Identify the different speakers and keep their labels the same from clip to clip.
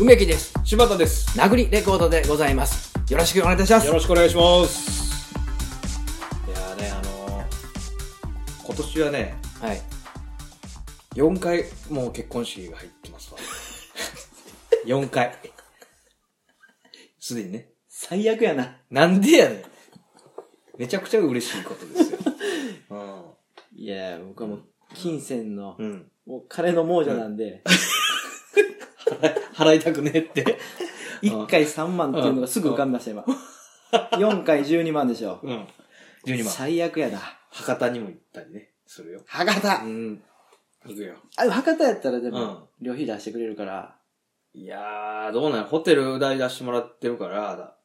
Speaker 1: 梅木です。
Speaker 2: 柴田です。
Speaker 1: 殴りレコードでございます。よろしくお願いいたします
Speaker 2: よ。ろしくお願いします。いやーね、あのー、今年はね、
Speaker 1: はい。
Speaker 2: 4回、もう結婚式が入って ますわ。4回。すでにね。
Speaker 1: 最悪やな。
Speaker 2: なんでやねん。めちゃくちゃ嬉しいこと ですよ。
Speaker 1: いや、僕はもう、金銭の、
Speaker 2: うん。うん。
Speaker 1: もう金の亡者なんで、
Speaker 2: 払いたくねえって。
Speaker 1: 一1回3万っていうのがすぐ浮かんだしてば。4回12万でしょ。
Speaker 2: うん。12万。
Speaker 1: 最悪やな。
Speaker 2: 博多にも行ったりね、するよ。
Speaker 1: 博多
Speaker 2: うん。行くよ。
Speaker 1: あ、博多やったらで
Speaker 2: うん
Speaker 1: も、旅費出してくれるから、
Speaker 2: いやー、どうなんやホテル代出してもらってるから、だ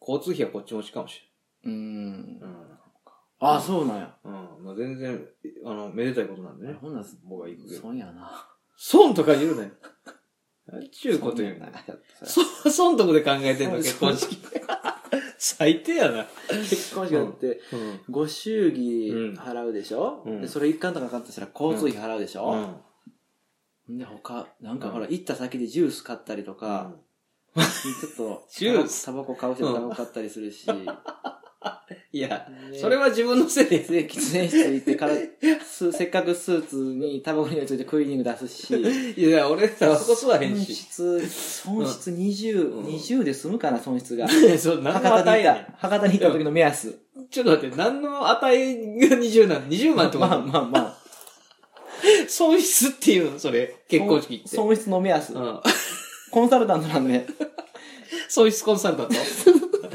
Speaker 2: 交通費はこっち持ちかもし
Speaker 1: うー
Speaker 2: れ
Speaker 1: ん。
Speaker 2: ん。
Speaker 1: あ、そうなんや。
Speaker 2: うん。うん。まあ、全然、あの、めでたいことなんでね。
Speaker 1: ほんなん
Speaker 2: 僕は行くけど。
Speaker 1: 損やな。
Speaker 2: 損とか言うねん。なんちゅうこと言う
Speaker 1: 損
Speaker 2: ね
Speaker 1: や
Speaker 2: ん
Speaker 1: な。やっぱそ
Speaker 2: そ、損得で考えてんの、
Speaker 1: そう
Speaker 2: 結婚式。 最低やな。
Speaker 1: れ 結婚式だって、
Speaker 2: うん。
Speaker 1: ご祝儀
Speaker 2: うん
Speaker 1: 払うでしょ、
Speaker 2: うん
Speaker 1: でそれ一貫とかかったとしたら交通費払うでし
Speaker 2: う
Speaker 1: ょ、
Speaker 2: ん。
Speaker 1: で他なんか
Speaker 2: うん
Speaker 1: ほら行った先でジュース買ったりとか、ちょっと
Speaker 2: ジュース
Speaker 1: タバコ買う人はタバコ買ったりするし、
Speaker 2: いや、
Speaker 1: で
Speaker 2: それは自分のせいで。
Speaker 1: で喫煙室行ってからす せっかくスーツにタバコについてクリーニング出すし
Speaker 2: いや、俺、 タバコ吸わへん
Speaker 1: 損
Speaker 2: し。
Speaker 1: 失損失2020、
Speaker 2: うん
Speaker 1: 20で済むかな損失が
Speaker 2: そう、何
Speaker 1: 博
Speaker 2: の
Speaker 1: 多
Speaker 2: 値
Speaker 1: に行
Speaker 2: や
Speaker 1: っ
Speaker 2: ねん
Speaker 1: た博多に行った時の目安
Speaker 2: ちょっと待って、何の値が20なの ?20 万ってこと
Speaker 1: まあまあまあ
Speaker 2: 損失っていうのそれ。結婚式って。
Speaker 1: 損失の目安、
Speaker 2: うん。
Speaker 1: コンサルタントなんで
Speaker 2: 損失コンサルタント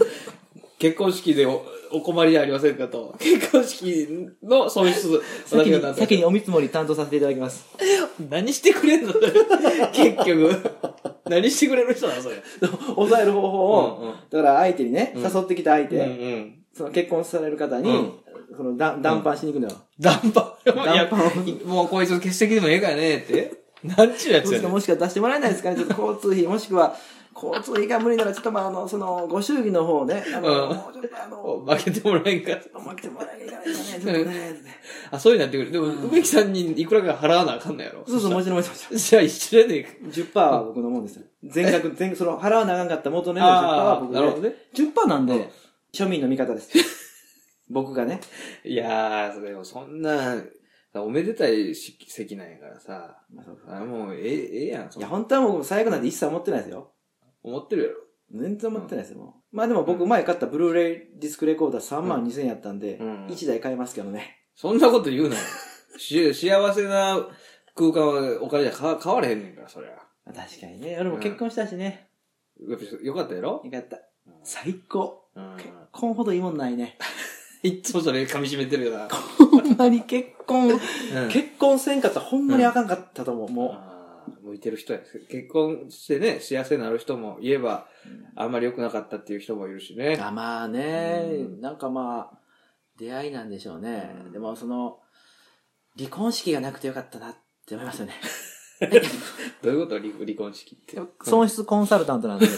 Speaker 2: 結婚式でおお困りありませんかと。結婚式の損失、
Speaker 1: 先
Speaker 2: がなん
Speaker 1: に、
Speaker 2: とか
Speaker 1: 先にお見積もり担当させていただき ます。
Speaker 2: 何してくれんの結局。何してくれる人なのそれ。
Speaker 1: 抑える方法を、
Speaker 2: うんうん
Speaker 1: だから相手にね、
Speaker 2: うん
Speaker 1: 誘ってきた相手、
Speaker 2: うんうん。
Speaker 1: その結婚される方に、
Speaker 2: うん
Speaker 1: そのだ談判しに行くのよ。
Speaker 2: 談判。
Speaker 1: 談判を
Speaker 2: いやもうこいつ欠席でもええからねって。なんちゅうや
Speaker 1: どう
Speaker 2: つ
Speaker 1: ですか
Speaker 2: やねん。
Speaker 1: もしか出してもらえないですかねちょっと交通費、もしくは、交通費が無理なら、ちょっとまあ、あの、その、ご祝儀の方ね、あの、
Speaker 2: うん
Speaker 1: もうちょっとあの、
Speaker 2: 負けてもらえんか。
Speaker 1: 負けてもらえないからね、ちょっとね、
Speaker 2: あ、そうになってくる。でも、梅木さんにいくらか払わなあかんのやろ。
Speaker 1: そうそう、もちろんもちろんもちろん。
Speaker 2: じゃあ一緒やねんか。
Speaker 1: 10%は僕のもんですよ。全額、全、その、払わなあかんかった元値の10%は
Speaker 2: ああ、
Speaker 1: 僕
Speaker 2: なるほど
Speaker 1: で。
Speaker 2: ね。
Speaker 1: 10%なんで、庶民の味方です。僕がね。
Speaker 2: いやー、でもそんな、おめでたい式席なんやからさ、
Speaker 1: まあそうそう
Speaker 2: あもうええええやん、そ
Speaker 1: い
Speaker 2: ん
Speaker 1: や、
Speaker 2: な
Speaker 1: 本当はもう僕、最悪なんて一切思ってないですよ。
Speaker 2: 思ってるやろ。
Speaker 1: 全然思ってないですよ、もう。まあでも僕、前買ったブルーレイディスクレコーダー3万2000円やったんで、
Speaker 2: うん
Speaker 1: 1台買いますけどね。
Speaker 2: そんなこと言うなよ。し幸せな空間はお金じゃ買わ買われへんねんから、そりゃ。
Speaker 1: まあ確かにね。俺も結婚したしね。
Speaker 2: やっぱよかったやろ
Speaker 1: よかった。最高。
Speaker 2: うん。
Speaker 1: 結婚ほどいいもんないね。
Speaker 2: いっつもそれ噛み締めてるよな。
Speaker 1: ほんまに結婚、
Speaker 2: うん
Speaker 1: 結婚せんかったらほんまにあかんかったと思う、も
Speaker 2: あー向いてる人や。結婚してね、幸せになる人もいれば、あんまり良くなかったっていう人もいるし
Speaker 1: う。
Speaker 2: ね。
Speaker 1: あまあね、
Speaker 2: うん
Speaker 1: なんかまあ、出会いなんでしょうね。
Speaker 2: うん
Speaker 1: でもその、離婚式がなくてよかったなって思いますよね。
Speaker 2: どういうこと離離婚式って。
Speaker 1: 損失コンサルタントなんで。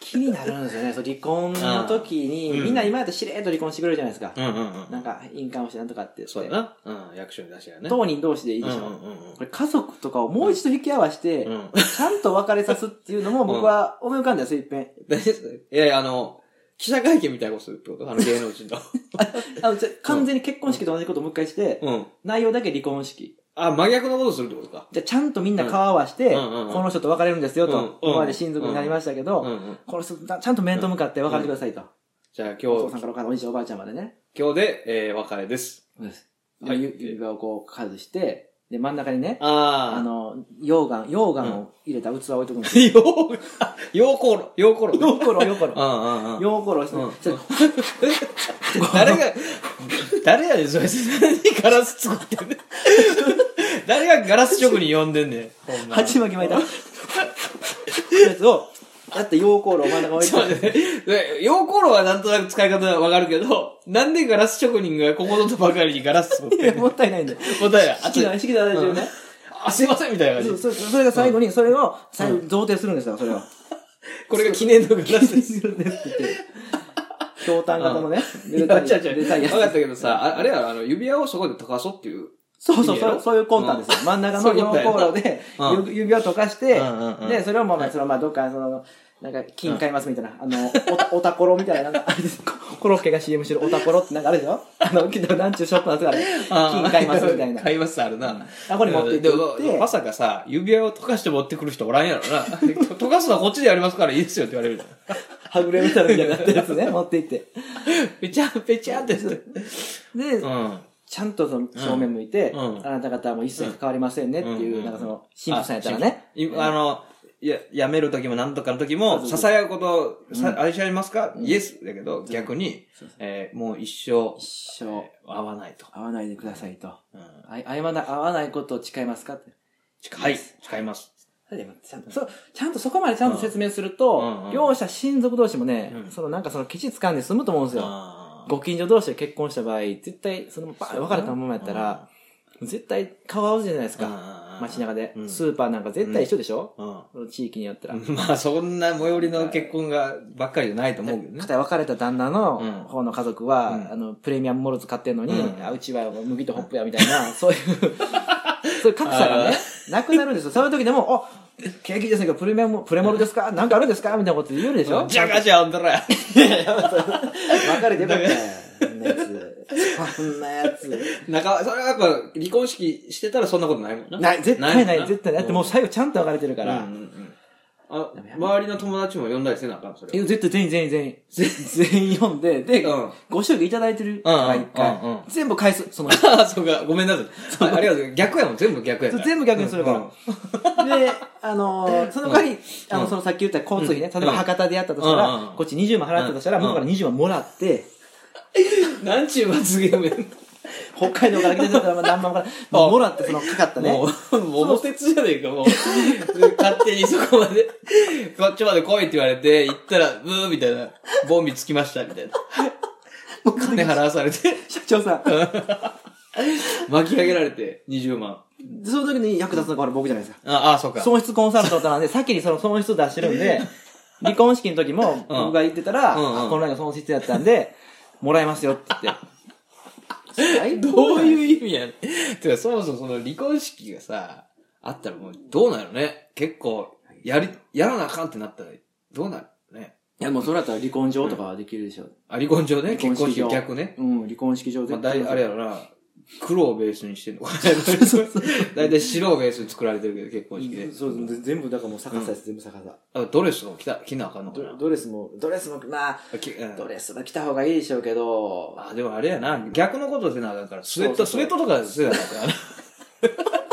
Speaker 1: 気になるんですよね。そう離婚の時に、
Speaker 2: うん
Speaker 1: みんな今やったらしれっと離婚してくれるじゃないですか
Speaker 2: う。んうんうん。
Speaker 1: なんか、印鑑をしてなんとかって言って。
Speaker 2: そうやな。うん、役所に出しやね。
Speaker 1: 当人同士でいいでしょ。
Speaker 2: うんうんうん
Speaker 1: これ家族とかをもう一度引き合わせて、
Speaker 2: うん。
Speaker 1: ちゃんと別れさすっていうのも僕は思い浮かんだよ、そういっぺん。
Speaker 2: 何それいやいや、あの、記者会見みたいなことするってことあの芸能人の。
Speaker 1: あのじゃ完全に結婚式と同じことをもう一回して、
Speaker 2: うん。
Speaker 1: 内容だけ離婚式。
Speaker 2: あ、真逆のことするってことか。
Speaker 1: じゃあちゃんとみんな顔合わせて、
Speaker 2: うんうんうん
Speaker 1: この人と別れるんですよと、
Speaker 2: うんうん
Speaker 1: ここまで親族になりましたけど、
Speaker 2: うんうん。
Speaker 1: この人とちゃんと面と向かって別れてくださいと。
Speaker 2: じゃあ
Speaker 1: お父
Speaker 2: 今
Speaker 1: さん
Speaker 2: 日、
Speaker 1: からお母さん、おじいちゃん、おばあちゃんまでね。
Speaker 2: 今日で、えー、別れです。
Speaker 1: そうです。
Speaker 2: はい
Speaker 1: ゆ指輪をこう外して、で、真ん中にね、あ
Speaker 2: あ
Speaker 1: の、溶岩、溶岩を入れた器を置いとくんです
Speaker 2: ー。よう、ようころ、ようころ。
Speaker 1: よ。コロ、ヨコ
Speaker 2: う
Speaker 1: ロ。
Speaker 2: んうんうん。
Speaker 1: ヨコロして
Speaker 2: うん、
Speaker 1: ちょっと
Speaker 2: 誰が、誰やねん、それ。何ガラス作ってんねん。誰がガラス職人呼んでんねん。ほんま
Speaker 1: 鉢巻き巻いた。やつを、やってヨコロを真ん中に置い
Speaker 2: ちょっと
Speaker 1: て、
Speaker 2: 待ってね。ヨーコロはなんとなく使い方はわかるけど、なんでガラス職人がここぞとばかりにガラス作っ
Speaker 1: い
Speaker 2: て
Speaker 1: や
Speaker 2: んの
Speaker 1: もったいないんで。
Speaker 2: 答えや。あ
Speaker 1: 式の、式の大丈夫ね。
Speaker 2: あ、すいませんみたいな
Speaker 1: そう
Speaker 2: 感じ。
Speaker 1: それそれが最後に、それを、最後に贈呈するんですよ、それを。
Speaker 2: これが記念のガラスです。
Speaker 1: 氷炭型のね、
Speaker 2: い
Speaker 1: め
Speaker 2: や
Speaker 1: でたい、
Speaker 2: ちゃうちゃう
Speaker 1: めでたいや
Speaker 2: 分
Speaker 1: つ
Speaker 2: かったけどさ、ああれやろ、あの、指輪をそこで溶かそうっていう
Speaker 1: そうそう、
Speaker 2: いいや
Speaker 1: そう
Speaker 2: ろ
Speaker 1: そういうコンタですよ。真ん中の
Speaker 2: そういうことや
Speaker 1: 4
Speaker 2: な
Speaker 1: コーロで
Speaker 2: う、ん
Speaker 1: ゆ指を溶かして
Speaker 2: うんうんう、ん
Speaker 1: で、それをまあまあ、その、まあ、どっか、その、なんか、金買いますみたいな、あの、お、お たころみたいな、なんか、あれですココロッケが CM してるおたころってなんかあるでしょあの、けど、なんちゅうショップなんですから、金買いますみたい な。
Speaker 2: 買いますあるな。
Speaker 1: あこれ持って行って
Speaker 2: でもまさかさ、指輪を溶かして持ってくる人おらんやろな。 溶かすのはこっちでやりますからいいですよって言わ れる。
Speaker 1: はぐれみたいなやってるやつね、持って行って。
Speaker 2: ぺちゃんぺちゃんって言って。
Speaker 1: で
Speaker 2: う、ん。
Speaker 1: ちゃんとその正面向いて、
Speaker 2: うん
Speaker 1: あなた方はもう一切関わりませんねっていう、
Speaker 2: うん
Speaker 1: なんかその、神父さんやったらね
Speaker 2: あ。神父いあの、や、やめる時も何とかの時も、
Speaker 1: そうそう
Speaker 2: 囁くこと、さ愛し合いますか、イエスだけど、逆に
Speaker 1: そうそ、
Speaker 2: えーもう一生、
Speaker 1: 一生、
Speaker 2: 会わないと。
Speaker 1: 会わないでくださいと。
Speaker 2: うん
Speaker 1: あい会わない、会わないことを誓いますかって。
Speaker 2: はい、使います。
Speaker 1: だってちゃんと、そちゃんとそこまでちゃんと説明すると、
Speaker 2: うんうん
Speaker 1: 両者親族同士もね、
Speaker 2: うん
Speaker 1: そのなんかそのケチ掴んで済むと思うんですよ。
Speaker 2: あー
Speaker 1: ご近所同士で結婚した場合、絶対、そのバーン別れたままやったら、絶対顔合わせじゃないですか。
Speaker 2: あー
Speaker 1: 街中で、
Speaker 2: うん
Speaker 1: スーパーなんか絶対一緒でしょ、
Speaker 2: うん
Speaker 1: その地域によったら。
Speaker 2: まあそんな最寄りの結婚がばっかりじゃないと思うけどね
Speaker 1: か。たや別れた旦那
Speaker 2: うん
Speaker 1: の方の家族は、
Speaker 2: うん
Speaker 1: あのプレミアムモルツ買ってんのに、
Speaker 2: うん
Speaker 1: あうちは麦とホップやみたいな、 そういうそういう格差がねなくなるんですよそういう時でも「あケーキですけどプレミアムプレモルですかなんかあるんですか?」みたいなこと言うでしょ
Speaker 2: じゃがじゃあんたらや。
Speaker 1: 別れてよかったよそんなやつそんなやつ
Speaker 2: 中、それはやっぱ離婚式してたらそんなことないもんな。
Speaker 1: ない絶対ない絶対ないだってもう
Speaker 2: か
Speaker 1: 最後ちゃんと別れてるから、
Speaker 2: ら。うんうんうんあ、周りの友達も呼んだりせなあかん、それ
Speaker 1: え
Speaker 2: は。
Speaker 1: 絶対全員全員全員全員全員読んでで、
Speaker 2: うん
Speaker 1: ご祝儀いただいてるから一回、
Speaker 2: うんうんうんうん
Speaker 1: 全部返すその人
Speaker 2: ああ、 そうか、ごめんなさい。あありがとう。逆やもん、全部逆やから。
Speaker 1: 全部逆にするから。
Speaker 2: うん
Speaker 1: で、あのーその代わり、あの、そのさっき言った交通費ね、例えば
Speaker 2: うん
Speaker 1: 博多でやったとしたら、
Speaker 2: うんうん
Speaker 1: こっち20万払ったとしたら、
Speaker 2: うん
Speaker 1: 向こうから20万もらって、
Speaker 2: なんちゅう罰ゲームやん
Speaker 1: 北海道から来てたら何万から、もうもらって、その、かかったね。
Speaker 2: もう、もう桃鉄じゃねえか、もう。 勝手にそこまで、こっちまで来いって言われて、行ったら、ブーみたいな、ボンビつきました、みたいな。金払わされて、
Speaker 1: 社長さん、
Speaker 2: 巻き上げられて、20万。
Speaker 1: その時に役立つのがほら僕じゃないです
Speaker 2: あ、あ、そうか。
Speaker 1: か。損失コンサルタントなんで、先にその損失出してるんで、離婚式の時も、僕が言ってたら、
Speaker 2: うんうんうん
Speaker 1: あこの間損失やったんで、もらえますよって言って。最高
Speaker 2: どう
Speaker 1: う
Speaker 2: いう意味やねん。てか、そもそもその離婚式がさ、あったらもう、どうなるね。結構、やり、やらなあかんってなったら、どうなるね。
Speaker 1: いや、もうそれだったら離婚状とかはできるでしょ。
Speaker 2: あ、離婚上ね、
Speaker 1: 離婚
Speaker 2: 結婚
Speaker 1: 式
Speaker 2: 式
Speaker 1: 場
Speaker 2: 逆ね。
Speaker 1: うん、離婚式場
Speaker 2: まあ、
Speaker 1: で。
Speaker 2: だいあれやろな、黒をベースにしてんの かな。だいたい白をベースに作られてるけど、結婚式で。
Speaker 1: そうです全部だからもう逆さです、全部逆さ
Speaker 2: あドレスを着た、着なあかんのかな
Speaker 1: ド。ドレスもドレスもまあ
Speaker 2: あきうん
Speaker 1: ドレスは着た方がいいでしょうけど
Speaker 2: あ、でもあれやな、逆のことせなあかんから、スウェット、
Speaker 1: そ
Speaker 2: ス
Speaker 1: うそ
Speaker 2: ウェ
Speaker 1: う
Speaker 2: ットとかせなあかんから。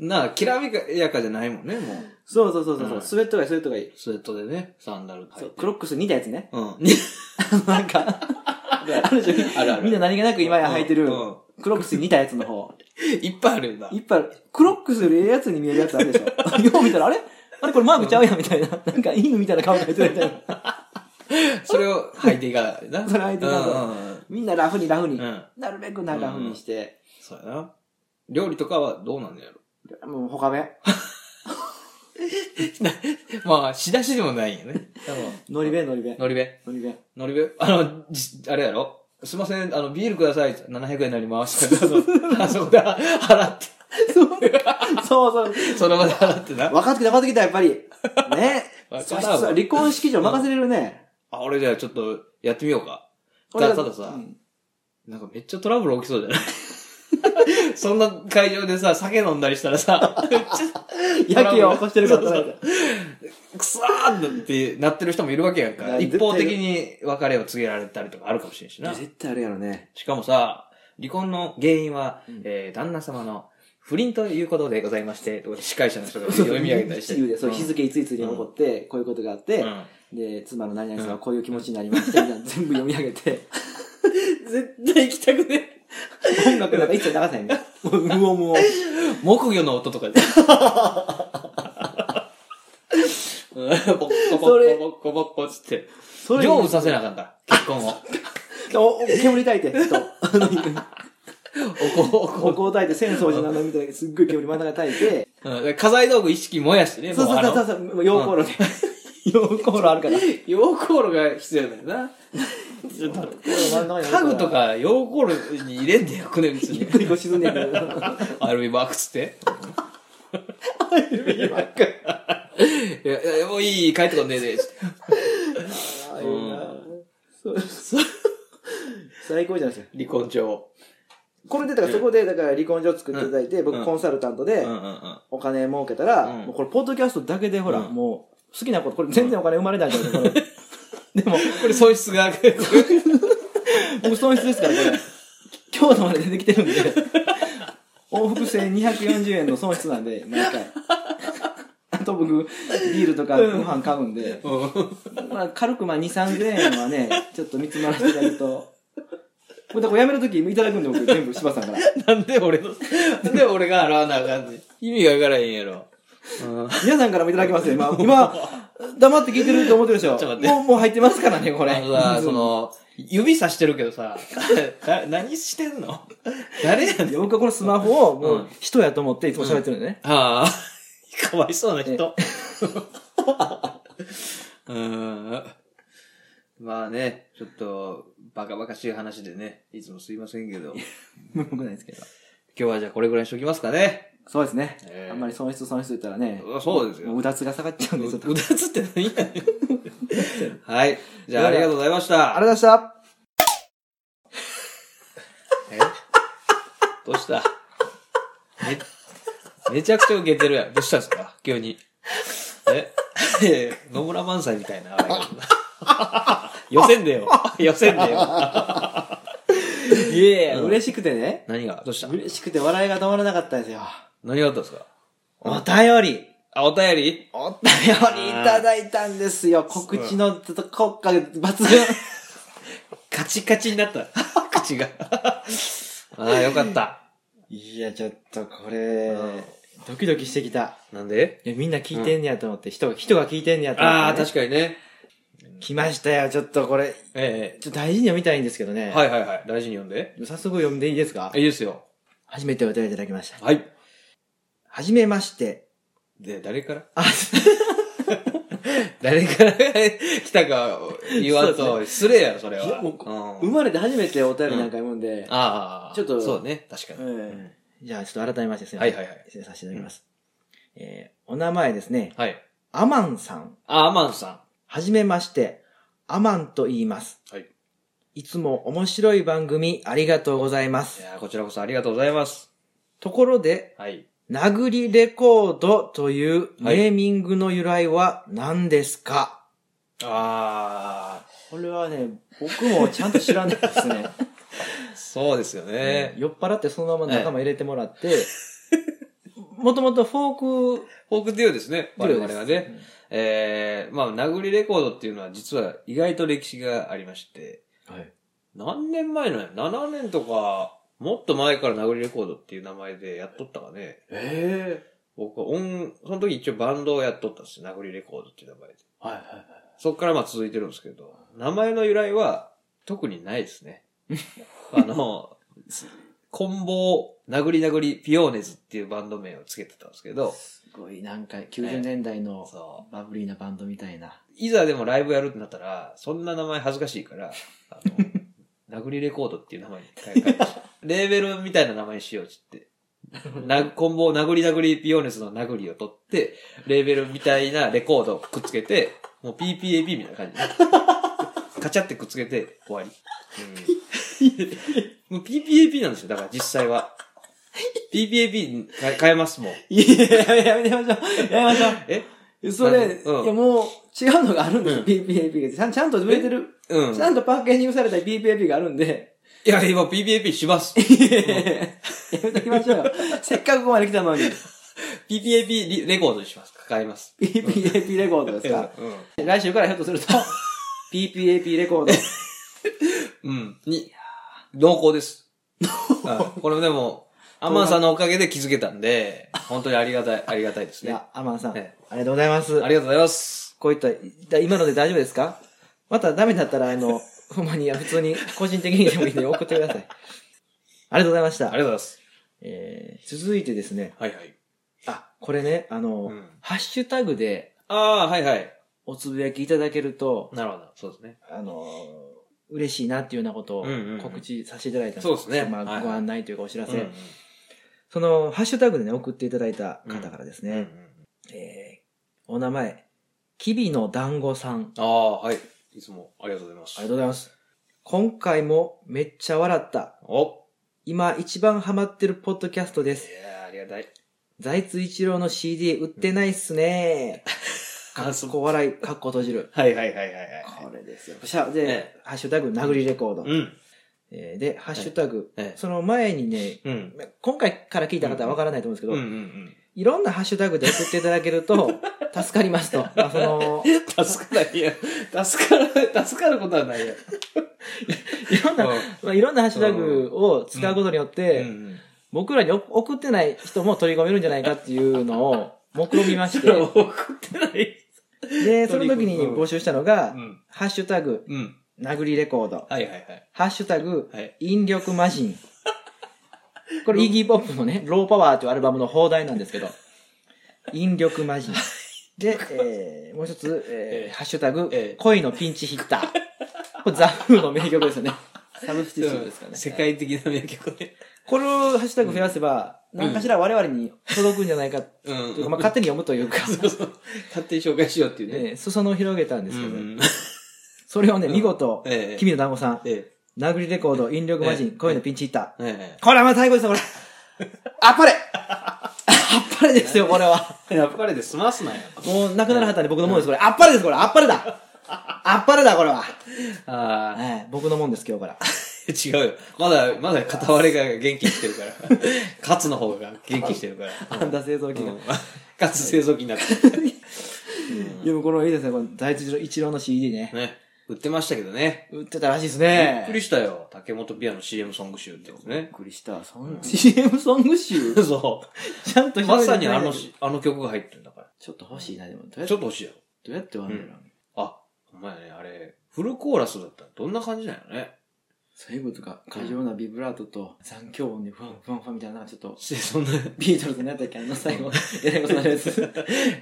Speaker 2: なあ、きらびやかじゃないもんね、もう。
Speaker 1: そうそうそうそう、
Speaker 2: うん
Speaker 1: スウェットがいいスウェットがいい、
Speaker 2: スウェットでね、サンダル履
Speaker 1: そ
Speaker 2: いうて。
Speaker 1: クロックス似たやつ ね
Speaker 2: うん。
Speaker 1: なんかあるでしょ
Speaker 2: あるある
Speaker 1: みんな何気なく今や履いてる、
Speaker 2: うんうん
Speaker 1: クロックスに似たやつの方
Speaker 2: いっぱいあるよな。
Speaker 1: いっぱいあるクロックスよりええやつに見えるやつあるでしょよう見たらあれあれこれマークちゃうやんみたいな。なんか犬みたいな顔が入ってるみたいな。
Speaker 2: それを履いていかないな。
Speaker 1: それ履いていかないと
Speaker 2: うんうんうん
Speaker 1: みんなラフにラフに。
Speaker 2: うん
Speaker 1: なるべくなラフにして。
Speaker 2: そうやな。料理とかはどうなんのやろ。
Speaker 1: もう他目。
Speaker 2: まあ、仕出しでもないんやね。多分
Speaker 1: のり弁のり弁。
Speaker 2: のりべ。
Speaker 1: のり弁。
Speaker 2: のりべ。あの、じあれやろ。すいません、あの、ビールください。700円になります。あ そこで払って。
Speaker 1: そうそう。
Speaker 2: その場で払ってな。
Speaker 1: 分かってきた、分かってきた、やっぱり。 ね。
Speaker 2: 分
Speaker 1: そ
Speaker 2: か
Speaker 1: し
Speaker 2: った
Speaker 1: たら離婚式場任せれるね。
Speaker 2: あ、俺じゃあちょっとやってみようか。
Speaker 1: 俺
Speaker 2: た
Speaker 1: が
Speaker 2: たださ
Speaker 1: う、ん
Speaker 2: なんかめっちゃトラブル起きそうじゃない そんな会場でさ、酒飲んだりしたらさ、
Speaker 1: 野球を起こしてるから
Speaker 2: そうくそーってなってる人もいるわけやん
Speaker 1: いや
Speaker 2: か。一方的に別れを告げられたりとかあるかもしれんしな。
Speaker 1: 絶対あるやろね。
Speaker 2: しかもさ、離婚の原因は、
Speaker 1: うん
Speaker 2: えー、旦那様の不倫ということでございまして、とか司会者の人が読み上げたりして。
Speaker 1: 自由で、そう、日
Speaker 2: 付
Speaker 1: 付いついつに起こって、こういうことがあって、で、妻の何々さんはこういう気持ちになりま したみたいな、全部読み上げて、
Speaker 2: 絶対行きたくね
Speaker 1: 音楽なんか一切流さないね。もう無音無音。
Speaker 2: 木魚の音とかで。うんボッコボ
Speaker 1: それ
Speaker 2: ッコボッコボッコっつって。
Speaker 1: それ
Speaker 2: 成仏させなあかんから、結婚を。
Speaker 1: お、お煙たいて、 人。あの
Speaker 2: おこお
Speaker 1: お
Speaker 2: こ。
Speaker 1: 香焚いて、浅草寺なのみたいな、すっごい煙真ん中焚いて、
Speaker 2: うん家財道具一式燃やしてね、
Speaker 1: そう
Speaker 2: もう
Speaker 1: そう
Speaker 2: あ
Speaker 1: そう
Speaker 2: の、
Speaker 1: そう、もう溶鉱炉で。溶鉱炉あるから。
Speaker 2: 溶鉱炉が必要だよな。ちょっと
Speaker 1: 真ん中に
Speaker 2: 家具とかヨーコールに入れんでよくね別
Speaker 1: ゆっ
Speaker 2: に
Speaker 1: くりこう沈んでいく
Speaker 2: アルミバックスっていやいやもういい帰ってこんねえで
Speaker 1: ああいうなそう最高じゃないですか
Speaker 2: 離婚状
Speaker 1: これでだからそこでだから離婚状作っていただいて、
Speaker 2: う
Speaker 1: 僕
Speaker 2: ん
Speaker 1: コンサルタント
Speaker 2: う
Speaker 1: で
Speaker 2: んうんうん
Speaker 1: お金儲けたら、
Speaker 2: うん
Speaker 1: もうこれポッドキャストだけでほら、
Speaker 2: うん
Speaker 1: もう好きなことこれ全然お金生まれないじゃないですかこれ
Speaker 2: でもこれ損失が
Speaker 1: 僕損失ですからこれ京都まで出てきてるんで往復制240円の損失なんで毎回あと僕ビールとかご飯買うんで、
Speaker 2: うん
Speaker 1: まあ、軽くまあ2 3 0 0円はねちょっと見積もらせていただくとこれだからやめるときいただくんで僕全部柴田さんから
Speaker 2: なんで俺のなんで俺が払わなあかんねん意味がわからへんやろうん
Speaker 1: 皆さんからもいただきますね、まあ、今黙って聞いてると思ってるでしょ
Speaker 2: ちょっと待って
Speaker 1: もうもう入ってますからねこれ
Speaker 2: あのさ、その、指さしてるけどさ、 だ何してんの誰やねん。
Speaker 1: いや僕はこのスマホをも
Speaker 2: うん
Speaker 1: う人やと思っていつも喋ってるんでね、
Speaker 2: ああ、かわいそうな人。 うん。まあね、ちょっと、バカバカしい話でね、いつもすいませんけど、今
Speaker 1: うくないですけど
Speaker 2: 日はじゃあこれぐらいにしときますかね。
Speaker 1: そうですね、
Speaker 2: ええ
Speaker 1: あんまり損失損失言ったらね
Speaker 2: うわそうですよ
Speaker 1: もううだつが下がっちゃうん
Speaker 2: う
Speaker 1: で
Speaker 2: う
Speaker 1: ちょ
Speaker 2: だ
Speaker 1: っと
Speaker 2: つって何やねん。はい。じゃあありがとうございました。
Speaker 1: ありがとうございました
Speaker 2: えどうしため、めちゃくちゃ受けてるやん。どうしたんですか急に。えいやいや野村萬斎みたいな。寄せんでよ。寄せんでよ。
Speaker 1: いえいえ、
Speaker 2: うん
Speaker 1: 嬉しくてね。
Speaker 2: 何がどうした
Speaker 1: 嬉しくて笑いが止まらなかったんですよ。
Speaker 2: 何があったんですか
Speaker 1: お便り
Speaker 2: あ、お便り
Speaker 1: お便りいただいたんですよ。告知のちょっと効果抜 群。
Speaker 2: カチカチになった。口が。 ああ、よかった。
Speaker 1: いや、ちょっとこれ
Speaker 2: うん、
Speaker 1: ドキドキしてきた。
Speaker 2: なんで
Speaker 1: いや、みんな聞いてんねやと思って、人が、人が聞いてんねやと思ってね、
Speaker 2: ああ、確かにね。
Speaker 1: 来ましたよ、ちょっとこれ、
Speaker 2: え
Speaker 1: ちょっと大事に読みたいんですけど
Speaker 2: え
Speaker 1: ね。
Speaker 2: はいはいはい。大事に読んで。
Speaker 1: 早速読んでいいですか
Speaker 2: いいですよ。
Speaker 1: 初めてお便りいただきました。
Speaker 2: はい。
Speaker 1: はじめまして。
Speaker 2: で、誰から
Speaker 1: あ、
Speaker 2: 誰から来たか言わんと失礼やろ、それは。
Speaker 1: いやもう
Speaker 2: う
Speaker 1: 生
Speaker 2: ん、
Speaker 1: まれて初めてお便りなんか読んで、
Speaker 2: ああ、
Speaker 1: ちょっと
Speaker 2: そうね、確かに。
Speaker 1: うんじゃあ、ちょっと改めましてすみま
Speaker 2: は
Speaker 1: せ
Speaker 2: い
Speaker 1: ん。
Speaker 2: はいはい。
Speaker 1: 失礼させていただきます。えーお名前ですね。
Speaker 2: はい。
Speaker 1: アマンさん。
Speaker 2: あ、アマンさ
Speaker 1: はじめまして。アマンと言います。
Speaker 2: はい。
Speaker 1: いつも面白い番組ありがとうございま
Speaker 2: ん。い
Speaker 1: す。
Speaker 2: やーこちらこそありがとうございます。
Speaker 1: ところで、
Speaker 2: はい。
Speaker 1: 殴りレコードというネーミングの由来は何ですか、
Speaker 2: あ
Speaker 1: これはね、僕もちゃんと知らないです ね。
Speaker 2: あ、そうですよね。
Speaker 1: 酔っ払ってそのまま仲間入れてもらって、 もともとフォーク
Speaker 2: フォークデュオですね、我
Speaker 1: デュオ
Speaker 2: 々
Speaker 1: です
Speaker 2: はね。ええまあ、殴りレコードっていうのは実は意外と歴史がありまして、
Speaker 1: はい。
Speaker 2: 何年前なんや ?7 年とか、もっと前から殴りレコードっていう名前でやっとったかね。
Speaker 1: え
Speaker 2: 僕は音、その時一応バンドをやっとったんですよ。殴りレコードっていう名前で。
Speaker 1: えはいはいはい。
Speaker 2: そっからまあ続いてるんですけど、名前の由来は特にないですね。あの、コンボ、殴り殴り、ピオーネズっていうバンド名をつけてたんですけど、
Speaker 1: すごいなんか90年代の
Speaker 2: そ
Speaker 1: バブリーなバンドみたいな。
Speaker 2: いざでもライブやるってなったら、そんな名前恥ずかしいから、あ の、殴りレコードっていう名前に変え変えました。レーベルみたいな名前にしようっつって。な、コンボを殴り殴りピオーネスの殴りを取って、レーベルみたいなレコードをくっつけて、もう PPAP みたいな感じで。 カチャってくっつけて終わり。うん、もう PPAP なんですよ、だから実際は。PPAP に変え変えますもん。
Speaker 1: いや、やめてましょう。やめま しょ
Speaker 2: え
Speaker 1: う。それ、
Speaker 2: うん
Speaker 1: いやもう違うのがあるんですよ。
Speaker 2: うん
Speaker 1: PPAP がちゃん。ちゃんと売れてる。
Speaker 2: うん。
Speaker 1: ちゃんとパッケージングされた PPAP があるんで、
Speaker 2: いや、今 PPAP します。
Speaker 1: やめときましょう よ。せっかくここまで来たのに。
Speaker 2: PPAP リレコードにします。買います。
Speaker 1: PPAP レコードですか。
Speaker 2: うん。
Speaker 1: 来週からひょっとすると、PPAP レコード。
Speaker 2: うん。に、濃厚です。 はいこれでも、アマンさんのおかげで気づけたんで、本当にありがたい、ありがたいです
Speaker 1: い
Speaker 2: ね。
Speaker 1: や、アマンさん、
Speaker 2: え
Speaker 1: ありがとうございます
Speaker 2: あ。りがとうございます。
Speaker 1: こういっただ、今ので大丈夫ですかまたダメだったら、あ の、ほんまに、いや普通に、個人的にでもいいんで送ってください。ありがとうございまし
Speaker 2: あ
Speaker 1: た。
Speaker 2: りがとうございます。
Speaker 1: えー、続いてですね、
Speaker 2: はいはい。
Speaker 1: あ、これね、あの、
Speaker 2: うん
Speaker 1: ハッシュタグで
Speaker 2: ああ、はいはい。
Speaker 1: おつぶやきいただけると、
Speaker 2: なるほど。そうですね。
Speaker 1: あの、嬉しいなっていうようなことを
Speaker 2: うんうんうん
Speaker 1: 告知させていただいたん
Speaker 2: そうですね
Speaker 1: ま
Speaker 2: はいは
Speaker 1: あ、
Speaker 2: い
Speaker 1: ご案内というかお知らせ、
Speaker 2: うんうん
Speaker 1: そのハッシュタグでね送っていただいた方からです
Speaker 2: うんうん
Speaker 1: ね、えーお名前きびの団子さん
Speaker 2: ああ、はい。いつもありがとうございます。
Speaker 1: ありがとうございます今回もめっちゃ笑った
Speaker 2: お
Speaker 1: 今一番ハマってるポッドキャストです
Speaker 2: いやーありがたい。
Speaker 1: 財津一郎の CD 売ってないっす ね。か
Speaker 2: 感
Speaker 1: っ
Speaker 2: 想
Speaker 1: こ笑い、かっこ閉じる。
Speaker 2: はいはいはいはいはい。
Speaker 1: これですよ。しゃで、
Speaker 2: え
Speaker 1: ハッシュタグ、殴りレコード。
Speaker 2: うん。
Speaker 1: えーで、ハッシュタグ、
Speaker 2: ええ
Speaker 1: その前にね、
Speaker 2: うん。
Speaker 1: 今回から聞いた方はわからないと思うんですけ
Speaker 2: うん
Speaker 1: ど、
Speaker 2: うんうん。
Speaker 1: いろんなハッシュタグで送っていただけると、助かりますと。まあその、い
Speaker 2: 助かないや。助かる、助かることはないや。
Speaker 1: ろんな、まあ、いろんなハッシュタグを使うことによって、
Speaker 2: うん。
Speaker 1: 僕らにお送ってない人も取り込めるんじゃないかっていうのを、目論みま し
Speaker 2: それは
Speaker 1: て、
Speaker 2: 送ってない。
Speaker 1: で、その時に募集したのが、
Speaker 2: ん。
Speaker 1: ハッシュタグ、
Speaker 2: うん。
Speaker 1: 殴りレコード。
Speaker 2: はいはいはい。
Speaker 1: ハッシュタグ、
Speaker 2: はい。
Speaker 1: 引力魔人。これ、イギー・ポップのね、ローパワーというアルバムの放題なんですけど、引力魔人。で、えーもう一つ、えー
Speaker 2: ええ
Speaker 1: ハッシュタグ、
Speaker 2: ええ
Speaker 1: 恋のピンチヒッター。これ、ザ・フーの名曲ですよね。サブスティチュードですかね。
Speaker 2: 世界的な名曲ね。
Speaker 1: これをハッシュタグ増やせば、
Speaker 2: ん
Speaker 1: 何かしら我々に届くんじゃないか、
Speaker 2: う
Speaker 1: というか、
Speaker 2: ん。
Speaker 1: まあ、勝手に読むというか、
Speaker 2: そうそう。勝手に紹介しようっていうね。
Speaker 1: えー裾野を広げたんですけどね、
Speaker 2: うん
Speaker 1: それをね、見事、
Speaker 2: ええ
Speaker 1: 君の団子さん、
Speaker 2: え
Speaker 1: 殴りレコード、引力魔人、
Speaker 2: ええ
Speaker 1: 恋のピンチヒッター。
Speaker 2: え。え
Speaker 1: これはまあ最後ですよ、これ。 あっぱれあっぱれですよ、これは。
Speaker 2: え。やっぱりで済ますなよ。
Speaker 1: もう、亡くなるはたに僕のもんです、これ。あっぱれです、これ。あっぱれだ。あっぱれだ、これは。
Speaker 2: ああ。
Speaker 1: はい、僕のもんです、今日 から。
Speaker 2: 違うよ。まだ、まだ片割れが元気してる から。勝の方が元気してるから。
Speaker 1: あんだ製造機
Speaker 2: うん
Speaker 1: の。
Speaker 2: 勝製造機になってる
Speaker 1: でも、このいいですね、この大地一郎の CD ね。
Speaker 2: ね。売ってましたけどね。
Speaker 1: 売ってたらしいです
Speaker 2: びっ
Speaker 1: ね
Speaker 2: く。りしたよ。竹本ピアの CM ソング集ってことね
Speaker 3: びっ。くりした。そん CM ソング集
Speaker 2: そ
Speaker 1: ちゃんと
Speaker 2: う。
Speaker 1: 広
Speaker 2: ま
Speaker 1: げてくれ
Speaker 2: さ
Speaker 1: ない
Speaker 2: にあのし、あの曲が入ってるんだか
Speaker 3: ちょっと欲しいな、でも。どうや
Speaker 2: ら。
Speaker 3: っ
Speaker 2: ちょっと欲しいよ。
Speaker 3: どうやって終わるんだろうね。
Speaker 2: あ、ほんまやね。あれ、フルコーラスだったらどんな感じなんやね。
Speaker 3: 最後とか、過剰なビブラートと残響音でファンファンファンみたいな、ちょっと、
Speaker 2: し そんな、
Speaker 3: ビートルズのやったっけあの最 後、えらいことになるやつ。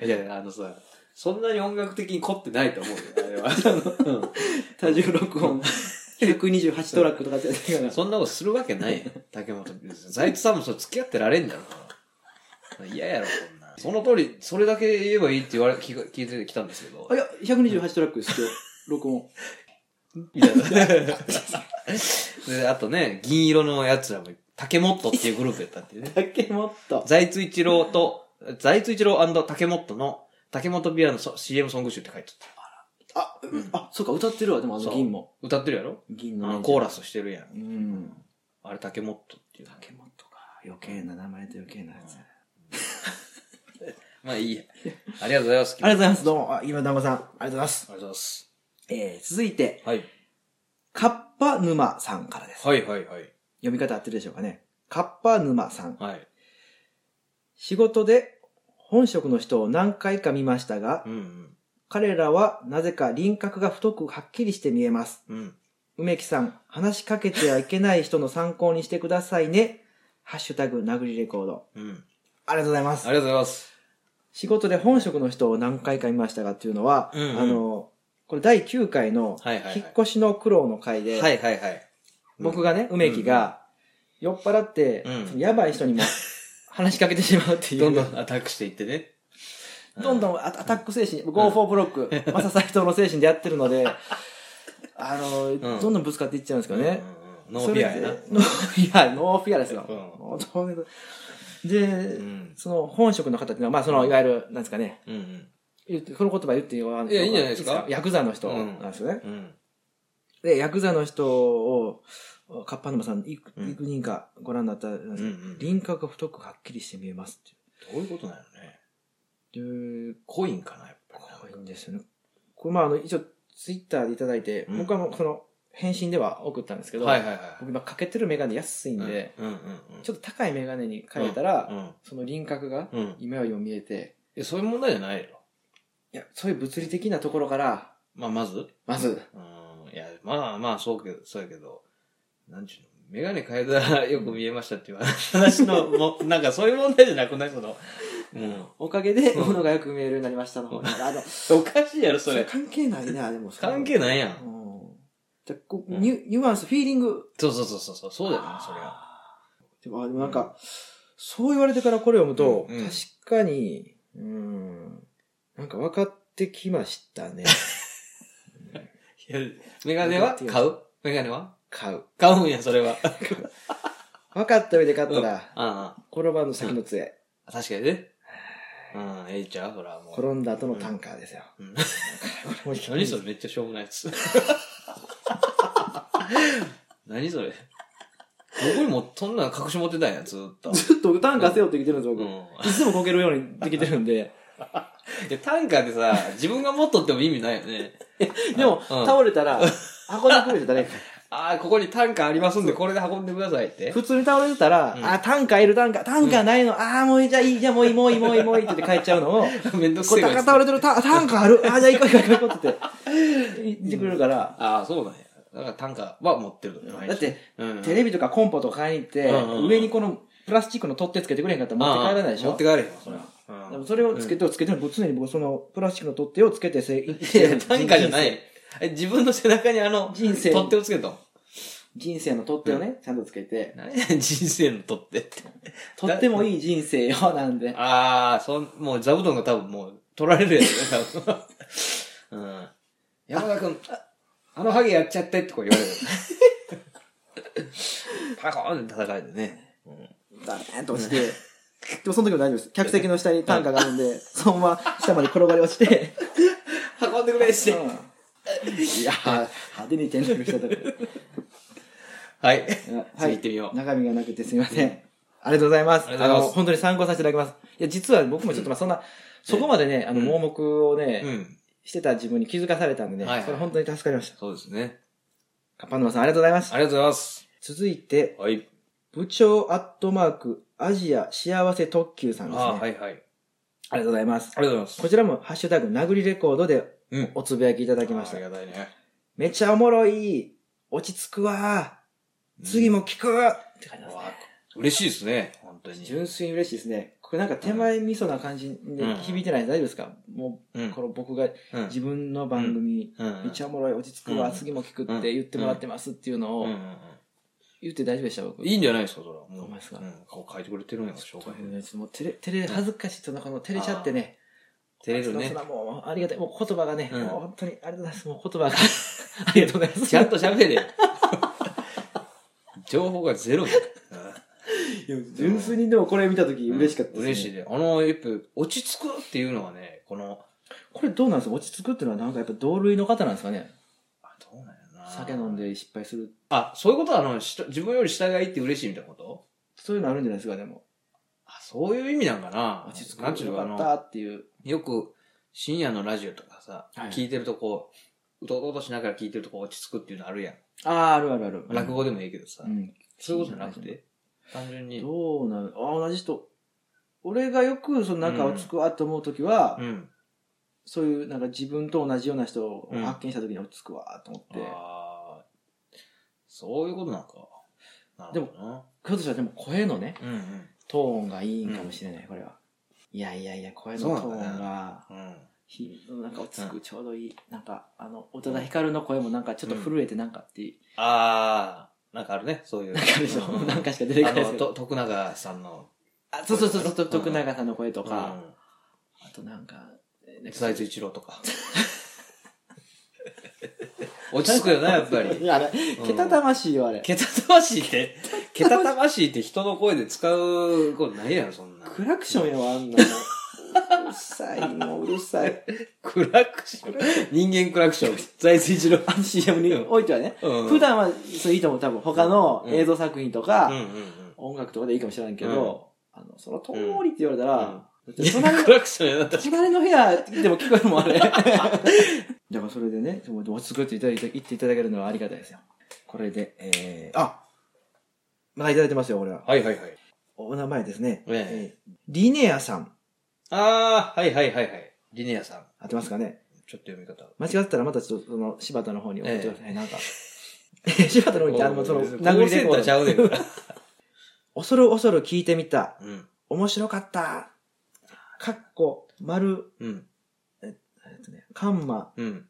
Speaker 2: いや、あのさ、そんなに音楽的に凝ってないと思うよ、あれは。
Speaker 3: 多重録音。128トラックとかってやってる
Speaker 2: う
Speaker 3: か
Speaker 2: んそんなことするわけ ないよ、竹本ピアノ。財津さんもそれ付き合ってられんだ ろ。嫌やろ、こんな。その通り、それだけ言えばいいって言われ、聞か聞いてきたんですけど
Speaker 3: ら。あ、。いや、128トラックですよ。録音。
Speaker 2: みたいな。で、あとね、銀色のやつらも、竹本っていうグループやったっていうね。
Speaker 3: 竹本。
Speaker 2: 財津一郎と、財津一郎竹本の、竹本ビアのそ CM ソング集って書いてあった。
Speaker 3: あ、
Speaker 2: うん
Speaker 3: あ、そうか、歌ってるわ、でもあ
Speaker 2: そ
Speaker 3: の
Speaker 2: う
Speaker 3: 銀も。
Speaker 2: 歌ってるやろ
Speaker 3: 銀
Speaker 2: あ
Speaker 3: の
Speaker 2: の
Speaker 3: ね。
Speaker 2: コーラスしてるやん。
Speaker 3: うん。
Speaker 2: あれ竹本っていう。
Speaker 3: 竹本か。余計な名前と余計なやつ。
Speaker 2: まあいいや。ありがとうございます。
Speaker 1: ありがとうござい
Speaker 2: ま
Speaker 1: ます。どうも、あ今団子さん、ありがとうございます。
Speaker 2: ありがとうございます。
Speaker 1: えー、続いて、
Speaker 2: はい。
Speaker 1: カッパ沼さんからです。
Speaker 2: はいはいはい。
Speaker 1: 読み方合ってるでしょうかね。カッパ沼さん。
Speaker 2: はい。
Speaker 1: 仕事で本職の人を何回か見ましたが、
Speaker 2: うんうん。
Speaker 1: 彼らはなぜか輪郭が太くはっきりして見えます。
Speaker 2: うん。
Speaker 1: 梅木さん、話しかけてはいけない人の参考にしてくださいね。ハッシュタグ、殴りレコード。
Speaker 2: うん。
Speaker 1: ありがとうございま
Speaker 2: あ
Speaker 1: す
Speaker 2: り。がとうございます。
Speaker 1: 仕事で本職の人を何回か見ましたがっていうのは、
Speaker 2: うんうん
Speaker 1: あの、これ第9回の
Speaker 2: はいはいはい
Speaker 1: 引っ越しの苦労の回で、
Speaker 2: はいはいはい。
Speaker 1: 僕がね、梅木が酔っ払って、
Speaker 2: うん
Speaker 1: そのやばい人 にも話しかけてしまうっていう。
Speaker 2: どんどんアタックしていってね。
Speaker 1: どんどんアタアタック精神、ゴーフォーブロック、マササイトの精神でやってるので、あの、どんどんぶつかっていっちゃうんですけどね。
Speaker 2: うんうんうん。ノービアや
Speaker 1: そ
Speaker 2: な。
Speaker 1: れでノーフィア、ノーフィアですよ。
Speaker 2: うん
Speaker 1: もうどうで
Speaker 2: う
Speaker 1: で、
Speaker 2: ん。
Speaker 1: その本職の方っていうのは、まあその、いわゆる、なんですかね、
Speaker 2: うんうん。
Speaker 1: 言ってこの言葉言っていいかわか
Speaker 2: いやいいんじゃないですか
Speaker 1: ヤクザの人なんですよね。
Speaker 2: うん。
Speaker 1: で、ヤクザの人を、カッパ沼さん、いく
Speaker 2: うん
Speaker 1: 幾人かご覧になったんですけど、
Speaker 2: うんうん
Speaker 1: 輪郭が太くはっきりして見えますっ
Speaker 2: どういうことなのね。
Speaker 1: ていう。で
Speaker 2: コインかな、やっぱ
Speaker 1: 怖いんですよね。これ、まあ、あの、一応、ツイッターでいただいて、
Speaker 2: うん
Speaker 1: 僕はもう、その、返信では送ったんですけ
Speaker 2: り
Speaker 1: ど、
Speaker 2: な。はいはいは
Speaker 1: 僕今、かけてるメガネ安い
Speaker 2: い。
Speaker 1: んで、
Speaker 2: うんうんうん。
Speaker 1: ちょっと高いメガネに変えた
Speaker 2: う
Speaker 1: ら、
Speaker 2: ん。
Speaker 1: その輪郭が、
Speaker 2: うん。い
Speaker 1: 今よりも見えて、
Speaker 2: や、そういう問題じゃないよ。
Speaker 1: いや、そういう物理的なところから、
Speaker 2: まあ、まず。
Speaker 1: まず、
Speaker 2: うん。いや、まあまあ、そうけど、そうやけど、なんちゅうの、メガネ変えたらよく見えましたっていう 話の、もう、なんかそういう問題じゃなくないその、うん。
Speaker 1: おかげで、
Speaker 2: うん
Speaker 1: 物がよく見えるようになり ましたの方に、あの、
Speaker 2: おかしいやろ、
Speaker 1: そ
Speaker 2: そ
Speaker 1: れ
Speaker 2: れ。
Speaker 1: 関係ないな、でも。
Speaker 2: 関係ないやん。
Speaker 1: うんじゃあこうニュ、ニュアンス、フィーリング。
Speaker 2: そうそうそうそう、そうだよね、そりゃ。
Speaker 1: でも、あでもなんか、そう言われてからこれ読むと、
Speaker 2: うんうん
Speaker 1: 確かに、
Speaker 4: うん。なんか分かってきました ね。
Speaker 2: メガネは買うメガネは
Speaker 4: 買う。
Speaker 2: 買うんや、それは。
Speaker 4: 分かった上で買っ
Speaker 2: う
Speaker 4: た
Speaker 2: んあ
Speaker 4: ら、
Speaker 2: あ、
Speaker 4: 転ばぬ先の杖。
Speaker 2: 確かにね。うん、ええちゃうほら、もう。
Speaker 4: 転んだ後のタンカーですよ。
Speaker 2: うん
Speaker 4: これ
Speaker 2: 何 それめっちゃしょうもないやつ。何それどこにも、そんなん隠し持ってたんや、ずーっ と。
Speaker 1: ずっと短歌背負ってきてるんです、
Speaker 2: う
Speaker 1: 僕。
Speaker 2: ん。
Speaker 1: いつでもこけるようにできてるんで。
Speaker 2: で、短歌でさ、自分が持っとっても意味ないよね。
Speaker 1: でも、
Speaker 2: うん
Speaker 1: 倒れたら、運んでくれて誰か。
Speaker 2: ああ、ここに短歌ありますんで、これで運んでくださいって。
Speaker 1: 普通に倒れてたら、
Speaker 2: うん
Speaker 1: あ、短歌いる短歌、短歌ないの、ああ、もういい、じゃあいい、じゃあもういい、もういい、もういい、もういいって言って帰っちゃうのを、
Speaker 2: めんどく
Speaker 1: こ
Speaker 2: せ
Speaker 1: れ、
Speaker 2: え
Speaker 1: 高
Speaker 2: わ
Speaker 1: 倒れてる、た短歌ある、ああ、じゃあ行こう行こう行こうって言って、言ってくれるから、
Speaker 2: ああ、そうなんや。だから短歌は持ってるのよ
Speaker 1: だって、
Speaker 2: うん
Speaker 1: テレビとかコンポとか買いに行って、
Speaker 2: うんうんうん
Speaker 1: 上にこのプラスチックの取っ手つけてくれへんかったら持って帰らないでし
Speaker 2: ああ持
Speaker 1: ょ
Speaker 2: って帰れへんよ、それ
Speaker 1: で
Speaker 2: は。
Speaker 1: もそれをつけて、つけてる、常に僕そのプラスチックの取っ手をつけてせ、
Speaker 2: いや、短歌じゃない
Speaker 1: 人。
Speaker 2: え、自分の背中にあの、
Speaker 1: 人生
Speaker 2: 取っ手をつけたの
Speaker 1: 人生の取っ手をね、ちゃんとつけて、
Speaker 2: 何や人生の取っ手って。
Speaker 1: とってもいい人生よ、なんで。
Speaker 2: ああ、そん、もう座布団が多分もう取られるやつね、多分。 うん。山田君、ああのハゲやっちゃってってこう言われる。 パコーンって叩かれてね。
Speaker 1: ダーンと落ちて、でもその時も大丈夫です。客席の下に単価があるんで、そのまま下まで転がり落ちて、
Speaker 2: 運んでくれして。
Speaker 1: うんいやー、派手に転落したとこ
Speaker 2: はい。
Speaker 1: ろ。
Speaker 2: 次行ってみよう
Speaker 1: 中身がなくてすみませ
Speaker 2: うん
Speaker 1: ん。ありがとうございます。
Speaker 2: ありがと
Speaker 1: あ
Speaker 2: うござい
Speaker 1: の、
Speaker 2: ます
Speaker 1: 本当に参考させていただきます。いや、実は僕もちょっとまあそんな、そこまでね、あの、
Speaker 2: うん
Speaker 1: 盲目をね、
Speaker 2: うん。
Speaker 1: してた自分に気づかされたんでね、
Speaker 2: はいはい
Speaker 1: それ本当に助かりました。
Speaker 2: そうですね。
Speaker 1: カッパ沼さんありがとうございます。
Speaker 2: ありがとうございます。
Speaker 1: 続いて、
Speaker 2: はい。
Speaker 1: 部長アットマーク、アジア幸せ特急さんですね。
Speaker 2: あー
Speaker 1: あ
Speaker 2: は
Speaker 1: り
Speaker 2: いはい。
Speaker 1: がとうございます。
Speaker 2: ありがとうございます。
Speaker 1: こちらも、ハッシュタグ、殴りレコードで
Speaker 2: うん。い
Speaker 1: おつぶやきいただきました
Speaker 2: あり。がたいね。
Speaker 1: めちゃおもろい落ち着くわ次も聞く、って感じな
Speaker 2: う。
Speaker 1: んんで
Speaker 2: う
Speaker 1: す
Speaker 2: わ
Speaker 1: ね。
Speaker 2: 嬉しいですね。本当に。
Speaker 1: 純粋に嬉しいですね。これなんか手前味噌な感じで響いてないです大丈夫ですかも
Speaker 2: う
Speaker 1: う、
Speaker 2: ん
Speaker 1: こ。の僕が
Speaker 2: うん
Speaker 1: 自分の番組、
Speaker 2: うん
Speaker 1: めちゃおもろい落ち着くわ、
Speaker 2: うん
Speaker 1: 次も聞くって言ってもらってますっていうのを
Speaker 2: うんうんうん
Speaker 1: 言って大丈夫でした僕。
Speaker 2: いいんじゃないですか、それは。も
Speaker 1: ほんまですか
Speaker 2: うん。顔変えてくれてるんやから、紹介。
Speaker 1: もう照れ、照れ、恥ずかしいとなんかこの照れちゃってね。
Speaker 2: 照れるね
Speaker 1: そ。らもうありがたい。もう言葉がね、
Speaker 2: うん
Speaker 1: もう本当にありがとうございます。もう言 葉が。ありがとうございます。
Speaker 2: ちゃんと喋れよ。 情報がゼロや
Speaker 1: いや純粋にでもこれ見たとき嬉しかったです、ね。
Speaker 2: 嬉しいね。あの、やっぱ、落ち着くっていうのはね、この、
Speaker 1: これどうなんですか落ち着くっていうのはなんかやっぱ同類の方なんですかね
Speaker 2: あ、どうなんやろな。
Speaker 1: 酒飲ん。で失敗する。
Speaker 2: あ、そういうことは、あの、下自分より下がいいって嬉しいみたいなこと
Speaker 1: そういうのあるんじゃないですか、でも。
Speaker 2: あ、そういう意味なんかな。
Speaker 1: 落ち着く。
Speaker 2: なんちゅう
Speaker 1: よ
Speaker 2: のか
Speaker 1: か
Speaker 2: な
Speaker 1: ったっていう。
Speaker 2: よく深夜のラジオとかさ、
Speaker 1: はい
Speaker 2: 聞いてるとこう、うとうとうとしながら聞いてるとこ落ち着くっていうのあるやん。
Speaker 1: ああ、あるあるある。
Speaker 2: 落語でもいいけどさ、
Speaker 1: うん。
Speaker 2: そういうことじゃなくて、単純に。
Speaker 1: どうなるああ、同じ人。俺がよく、そのなんか落ち着くわって思うときは、
Speaker 2: うん。
Speaker 1: そういうなんか自分と同じような人を
Speaker 2: うん
Speaker 1: 発見したときに落ち着くわと思って。
Speaker 2: あーそういうことなんか。なるほどな。
Speaker 1: ひょっとしたらでも声のね、
Speaker 2: うんうん。
Speaker 1: トーンがいいんかもしれない、これは。いやいやいや、声のト
Speaker 2: そう
Speaker 1: ー
Speaker 2: なんだね
Speaker 1: ンが、
Speaker 2: うん。
Speaker 1: ひなんか落ち着
Speaker 2: う
Speaker 1: く、ちょうどいい。なんか、あの、宇多田ヒカルの声もなんかちょっと震えてなんかっていう。
Speaker 2: あー、なんかあるね、そういう。
Speaker 1: なんかあるでしょ
Speaker 2: うん
Speaker 1: なんかしか出てこないです
Speaker 2: あ
Speaker 1: け
Speaker 2: の
Speaker 1: ど
Speaker 2: と徳永さんの。
Speaker 1: あ、そうそうそうそう、
Speaker 2: うん
Speaker 1: 徳永さんの声と
Speaker 2: と
Speaker 1: か、、あとなんか、えなんか
Speaker 2: 財津一郎と か。落ち着くよな、やっぱり。
Speaker 1: いや あれ、けたたましいよ、あれ。
Speaker 2: けたたましいって、けたたましいって人の声で使うことないやろ、そんな。
Speaker 1: クラクションよ、あんなの。うるさい、もううるさい。
Speaker 2: クラクション。 人間クラクション。財津一郎。
Speaker 1: あの CM においてはね、
Speaker 2: うん
Speaker 1: 普段は、そういいと思う、多分他の映像作品と
Speaker 2: うんう
Speaker 1: か、
Speaker 2: んうん。
Speaker 1: 音楽とかでいいかもしれないけど、あの、その通りって言われたら、だって
Speaker 2: 人
Speaker 1: 隣
Speaker 2: 間
Speaker 1: の
Speaker 2: クラクションやな、確かに
Speaker 1: 隣の部屋でも聞こえる もん、あれ。だからそれでね、でも落ち着くっていただいて言っていただけるのはありがたいですよ。これで、えー、あまだいただいてますよ、これは。
Speaker 2: はいはいはい。
Speaker 1: お名前ですね。
Speaker 2: え
Speaker 1: えーリネアさん。
Speaker 2: ああ、はいはいはいはい。リネアさん。
Speaker 1: 合ってますかね
Speaker 2: ちょっと読み方。
Speaker 1: 間違ってたらまたちょっとその柴田の方に送ってください、
Speaker 2: ええ
Speaker 1: なんか柴田の方にあのその殴りレコ
Speaker 2: コードちゃうねん
Speaker 1: ード
Speaker 2: から。
Speaker 1: 恐る恐る聞いてみた
Speaker 2: うん。
Speaker 1: 面白かったかっこ丸
Speaker 2: うん。
Speaker 1: えっとねカンマ
Speaker 2: うん。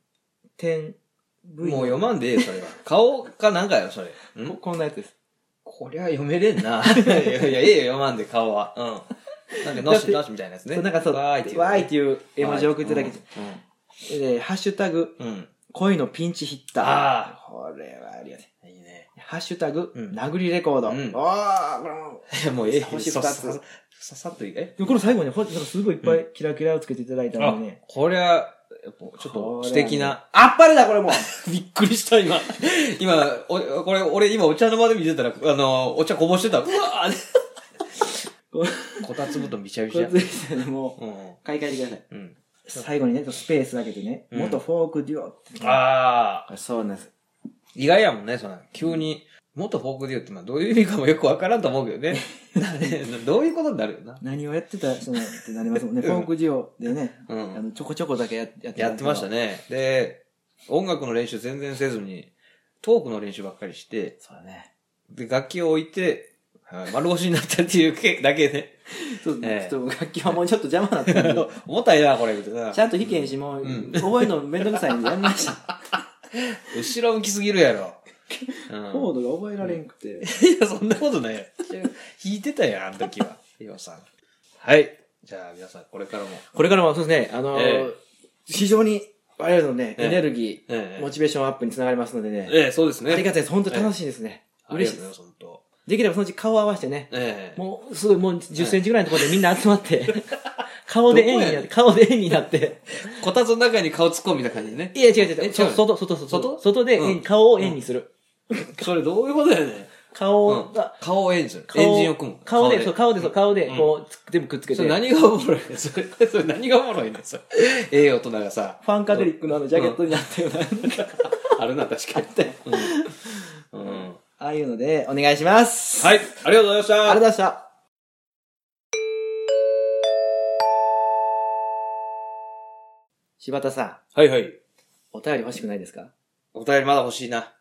Speaker 1: 点 V
Speaker 2: もう読まんでええよ、それは。顔かなんかよ、それ。
Speaker 1: こ
Speaker 2: ん
Speaker 1: こんなやつです。
Speaker 2: こりゃ読めれんな。いやいや、ええよ、読まんで、顔は。うん。なんか、の
Speaker 1: だっ
Speaker 2: してのしみたいなやつね。
Speaker 1: そうなんかそう、
Speaker 2: わ
Speaker 1: わ
Speaker 2: ーい
Speaker 1: ー
Speaker 2: っ
Speaker 1: い
Speaker 2: ていう。
Speaker 1: っていう絵文字を送っていただけて、
Speaker 2: う
Speaker 1: でハッシュタグ、
Speaker 2: ん。うん。うん
Speaker 1: 恋のピンチヒッター。
Speaker 2: あ
Speaker 1: これはありがたい。
Speaker 2: あ。いいね。
Speaker 1: ハッシュタグ、
Speaker 2: うん
Speaker 1: 殴りレコード。
Speaker 2: うん
Speaker 1: おーこれも
Speaker 2: もうええよ、
Speaker 1: 星二つ
Speaker 2: さささささっといいかい
Speaker 1: でこれ最後に、ほんなんかすごいいっぱいキラキラをつけていただいた
Speaker 2: あ
Speaker 1: のでね。、
Speaker 2: こりゃ、やっぱちょっと素敵な。
Speaker 1: あっぱれだ、これも
Speaker 2: びっくりし た、今。今、お、これ、俺今お茶の間で見てたら、あの、お茶こぼしてた。うわ
Speaker 1: こ
Speaker 2: ーこたつ布団びちゃびち
Speaker 1: れ
Speaker 2: ゃ。
Speaker 1: ついてねも
Speaker 2: うん
Speaker 1: う、。買い替えてください。
Speaker 2: うん。
Speaker 1: 最後にね、スペースだけでね、
Speaker 2: うん
Speaker 1: 元フォークデュオって。
Speaker 2: ああ。
Speaker 5: そうなんです。
Speaker 2: 意外やもんね、その、急に。元フォークデュオって、まあ、どういう意味かもよくわからんと思うけどね。 どういうことになるよな。
Speaker 1: 何をやってた人なのってなりますもんね。フォークデュオでね、
Speaker 2: うん
Speaker 1: あのちょこちょこだけややって
Speaker 2: やってました
Speaker 1: ね。
Speaker 2: ね。で、音楽の練習全然せずに、トークの練習ばっかりして、
Speaker 5: そうだね。
Speaker 2: で、楽器を置いて、はい丸腰になったっていうけ だけね。
Speaker 5: ちょっと、
Speaker 2: ええ
Speaker 5: ちょっと楽器はもうちょっと邪魔だったん で、
Speaker 2: 重たいな、これ、みたいな
Speaker 5: ち。ゃんと弾けんし、もう、
Speaker 2: うん
Speaker 5: 覚えるのめんどくさいんでやめま した。
Speaker 2: 後ろ向きすぎるやろ。うん、
Speaker 5: コードが覚えられんくて。
Speaker 2: いや、そんなことないよ。弾いてたやん、あの時は。岩尾さん。はい。じゃあ、皆さん、これからも。
Speaker 1: これからもそうですね、あのー
Speaker 2: ええ
Speaker 1: 非常に我々のね、
Speaker 2: ええ
Speaker 1: エネルギー、
Speaker 2: ええ
Speaker 1: モチベーションアップにつながりますのでね、
Speaker 2: ええ、そうですね。
Speaker 1: ありがたいです。本当に楽しいですね。嬉しい
Speaker 2: あ
Speaker 1: で
Speaker 2: りが
Speaker 1: す。
Speaker 2: とうございます、本当。
Speaker 1: できればそのうち顔を合わせてね、
Speaker 2: ええ。
Speaker 1: もうすぐもう10センチぐらいのところ でみんな集まって、顔で円になって、顔で円になって、
Speaker 2: こたつの中に顔突っ込むみ たいな感じでね。
Speaker 1: いや違う違う違
Speaker 2: え
Speaker 1: う、そ
Speaker 2: の
Speaker 1: 外、外、外、
Speaker 2: 外
Speaker 1: 外で
Speaker 2: うん
Speaker 1: 円顔を円にする。
Speaker 2: それどういうことやねん。
Speaker 1: 顔
Speaker 2: う
Speaker 1: を
Speaker 2: ん、
Speaker 1: が、
Speaker 2: 顔を演じる。
Speaker 1: 顔
Speaker 2: エンジンを組む。
Speaker 1: 顔で、そう、顔で、そう、顔で
Speaker 2: う、ん
Speaker 1: こうつ、全部くっつけ
Speaker 2: そ
Speaker 1: て。
Speaker 2: れ
Speaker 1: フ
Speaker 2: 何がおもろいねんそれ、それ何がおもろいねんそれ。ええ大人がさ。
Speaker 1: ァンカデリックのあのジャケットになったような、
Speaker 2: あるな、確かに。うん。うん
Speaker 1: ああいうので、お願いします。
Speaker 2: はい、ありがとうございまし
Speaker 1: あ
Speaker 2: た
Speaker 1: りがとうございました。柴田さん、
Speaker 2: はいはい。
Speaker 1: お便り欲しくないですか
Speaker 2: お便りまだ欲しいな。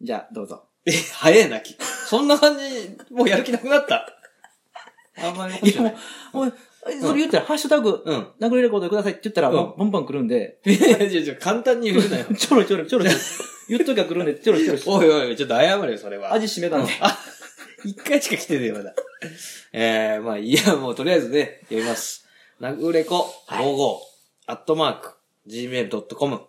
Speaker 1: じゃあ、どうぞ。
Speaker 2: え、早えな、き。そんな感じ、もうやる気なくなった。あんまり欲しくない。
Speaker 1: もう、それ言ったら、ハッシュタグ、
Speaker 2: うん。
Speaker 1: 殴りレコードくださいって言ったら、
Speaker 2: うん
Speaker 1: もうバンバン来るんで、
Speaker 2: いやいやいや、簡単に言うなよ。
Speaker 1: ちょろちょろちょろちょろ、 言っときゃ来るんで、ちょろちょろし
Speaker 2: おいおいおい、ちょっと謝れよ、それは。
Speaker 1: 味しめたんで。
Speaker 2: あ、一回しか来てねえ、まだ。えー、まあいいや、もうとりあえずね、読みます。なぐれこ55、アットマーク、gmail.com。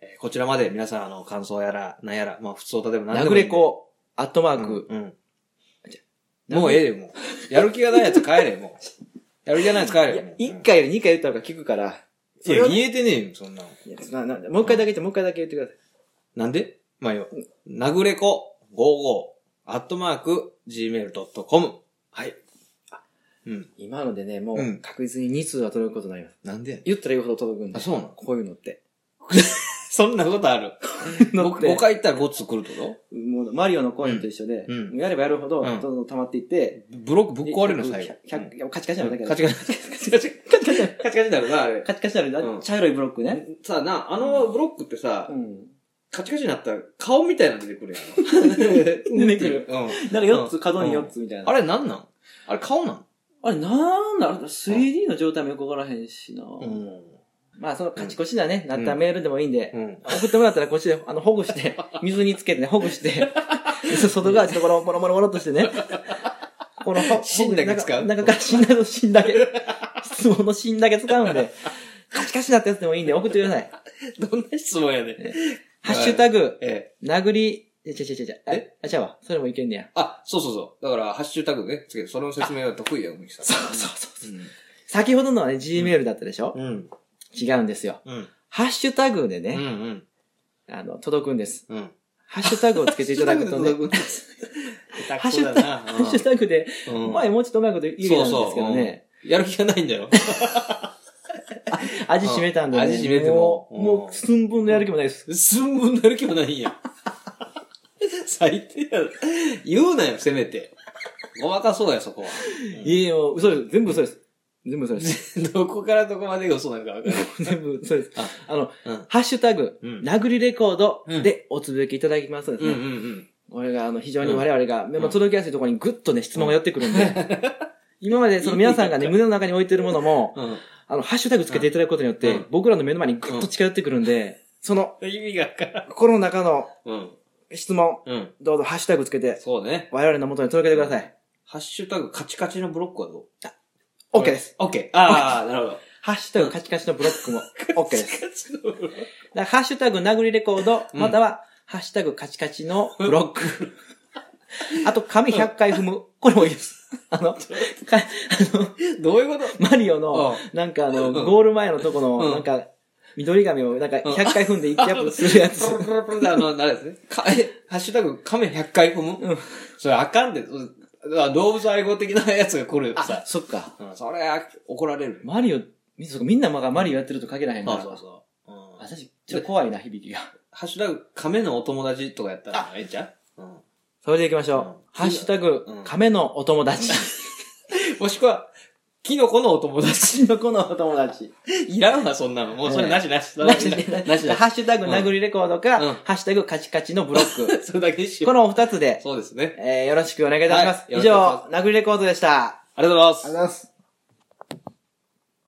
Speaker 2: えーこちらまで皆さん、あの、感想やら、なんやら、まあ、普通歌でも何で
Speaker 1: 殴
Speaker 2: もい
Speaker 1: れ
Speaker 2: いんで。
Speaker 1: こ、アットマー
Speaker 2: うん
Speaker 1: ク、
Speaker 2: うん。もうええで、もう。やる気がないやつ帰れ、もう。やる気がないやつ帰
Speaker 1: い
Speaker 2: れ
Speaker 1: や
Speaker 2: もう。、
Speaker 1: 1回より2回言った方が聞くから、
Speaker 2: いや、見えてねえよ、そんなの。
Speaker 1: いやななもう一回だけ言って、もう一回だけ言ってください。
Speaker 2: なんでまあよ。なぐれこ55、アットマーク、gmail.com。はい。あうん。
Speaker 1: 今のでね、も
Speaker 2: う
Speaker 1: うん確実に2通は届くことになります。
Speaker 2: なんでやねん
Speaker 1: 言ったら言うほど届くんで。
Speaker 2: あそうなの
Speaker 1: こういうの って。
Speaker 2: そんなことある。
Speaker 1: のって
Speaker 2: 5回行ったら5つ来るってこ
Speaker 5: もう、マリオのコインと一緒で、
Speaker 2: うんうん
Speaker 5: やればやるほど、
Speaker 2: うん
Speaker 5: どんどん溜まっていって、
Speaker 2: とブロックぶっ壊れるの
Speaker 5: で
Speaker 2: 最後。
Speaker 5: 100 100いやカチ カチなるだけ
Speaker 2: カ
Speaker 5: だ
Speaker 2: チカチ、カチカチ、カチカチ、カチカチだろな、あれ。
Speaker 5: カチカチなるだ
Speaker 2: うん
Speaker 5: 茶色いブロックね。
Speaker 2: さあな、あのブロックってさ
Speaker 5: う、ん。
Speaker 2: カチカチになったら顔みたいなの出てくるやん。
Speaker 5: 出てくる
Speaker 2: うん。
Speaker 5: なんか4つ、角に4つみたいな。
Speaker 2: あれなんなんあれ顔なん
Speaker 5: あれ、なんだ、あれ 3D の状態もよくわからへんしな。
Speaker 2: ん。
Speaker 1: まあ、そのカチコチだね、なったメールでもいいんで、
Speaker 2: うん。
Speaker 1: 送ってもらったらこっちで、あの、ほぐ して、水につけてね、ほぐして、でそ外側ちょっとボロボロボロボロっとしてね。このほ、 ほぐ
Speaker 2: 芯だけ使う
Speaker 1: 中中から芯だけ、芯だけ、質問の芯だけ使うんで、カチカチなったやつでもいいんで、送ってください。
Speaker 2: どんな質問やねん。
Speaker 1: ハッシュタグ、
Speaker 2: ええ。
Speaker 1: 殴り、え、ちゃちゃちゃちゃ、あ
Speaker 2: え
Speaker 1: あ、ちゃうわ。それもいけんねや。
Speaker 2: あ、そうそうそう。だから、ハッシュタグね、つけて、それの説明は得意や、梅木さん。
Speaker 1: そうそうそう。先ほどのはね、Gmail だったでしょ、
Speaker 2: うん。
Speaker 1: 違うんですよ。
Speaker 2: うん。
Speaker 1: ハッシュタグで
Speaker 2: うん。う
Speaker 1: ね、
Speaker 2: ん。
Speaker 1: あの、届くんです。
Speaker 2: うん。
Speaker 1: ハッシュタグをつけていただくとね、
Speaker 2: ハ
Speaker 1: ハッシュタグ、 ハッシュタグで、
Speaker 2: うん
Speaker 1: 前もうちょっとうまいこと言えたんですけどね、
Speaker 2: やる気がないんだよ。
Speaker 1: 味しめたんでね、
Speaker 2: うん味しめても
Speaker 1: う、も
Speaker 2: うん
Speaker 1: う寸分のやる気もないです。
Speaker 2: 寸分なる気もないんや。最低やろ。言うなよ、せめて。ごまかそうや、そこは。
Speaker 1: いやもう嘘です。全部嘘です。全部嘘 です。
Speaker 2: どこからどこまでが嘘なのかわからない。
Speaker 1: 全部嘘です。あの、
Speaker 2: うん。
Speaker 1: ハッシュタグ、
Speaker 2: うん
Speaker 1: 殴りレコードでおつぶやきいただきますとです
Speaker 2: うん
Speaker 1: ね、
Speaker 2: うんうん。
Speaker 1: これが、あの、非常に我々が、まあ届きやすいところにグッとね、質問が寄ってくるんで、今までその皆さんがね、胸の中に置いてるものも、
Speaker 2: うん。
Speaker 1: あの、ハッシュタグつけていただくことによって、
Speaker 2: うん
Speaker 1: 僕らの目の前にグッと近寄ってくるんで、その、
Speaker 2: 意味がわからん。
Speaker 1: 心の中の
Speaker 2: うん。
Speaker 1: 質問、
Speaker 2: うん。
Speaker 1: どうぞハッシュタグつけて、
Speaker 2: そうね。
Speaker 1: 我々の元に届けてください。
Speaker 2: ハッシュタグカチカチのブロックはどう
Speaker 1: OK です。。
Speaker 2: オッケー。ああ、なるほど。
Speaker 1: ハッシュタグカチカチのブロックも OK です。
Speaker 2: カチのブロック。
Speaker 1: だからハッシュタグ殴りレコード、
Speaker 2: うん
Speaker 1: または、ハッシュタグカチカチのブロック。あと、紙100回踏む。これもいいです。あの、かあの、
Speaker 2: どういうこ
Speaker 1: マリオの
Speaker 2: うん、
Speaker 1: なんかあの、
Speaker 2: うん
Speaker 1: ゴール前のとこ
Speaker 2: う
Speaker 1: の、
Speaker 2: ん
Speaker 1: なんか、緑紙を、なんか
Speaker 2: うん
Speaker 1: 100回踏んで1キャップするやつ。
Speaker 2: とプルプルプルあの、あれですね。か、え、ハッシュタグ、亀100回踏む
Speaker 1: うん
Speaker 2: それあかんで、うんあ動物愛護的なやつが来るよ、
Speaker 1: あ
Speaker 2: さ、。
Speaker 1: そっか。
Speaker 2: うん、それは怒られる。
Speaker 1: マリオ、みそっかみんながマリオやってると書けないんだ。
Speaker 2: そうそう。うん、
Speaker 1: 私、ちょっと怖いな、響きが。
Speaker 2: ハッシュタグ、亀のお友達とかやったらええんちゃう、うん、
Speaker 1: それで行きましょう。
Speaker 2: うん
Speaker 1: ハッシュタグ、
Speaker 2: うん
Speaker 1: 亀のお友達。
Speaker 2: もしくは、キノコのお友達。
Speaker 1: キノコのお友達。
Speaker 2: いらんわ、そんなの。もうそれなしなし。
Speaker 1: なし
Speaker 2: なし
Speaker 1: で、
Speaker 2: なしなし
Speaker 1: ハッシュタグ殴りレコードか、
Speaker 2: うん
Speaker 1: ハッシュタグカチ カチのブロック。
Speaker 2: それだけにしよ
Speaker 1: こ
Speaker 2: う。
Speaker 1: のお二つで、
Speaker 2: そうですね。
Speaker 1: えーよろしくお願いいたします。
Speaker 2: はい
Speaker 1: 以上、殴りレコードでした。
Speaker 2: ありがとうございます。
Speaker 1: ざいます。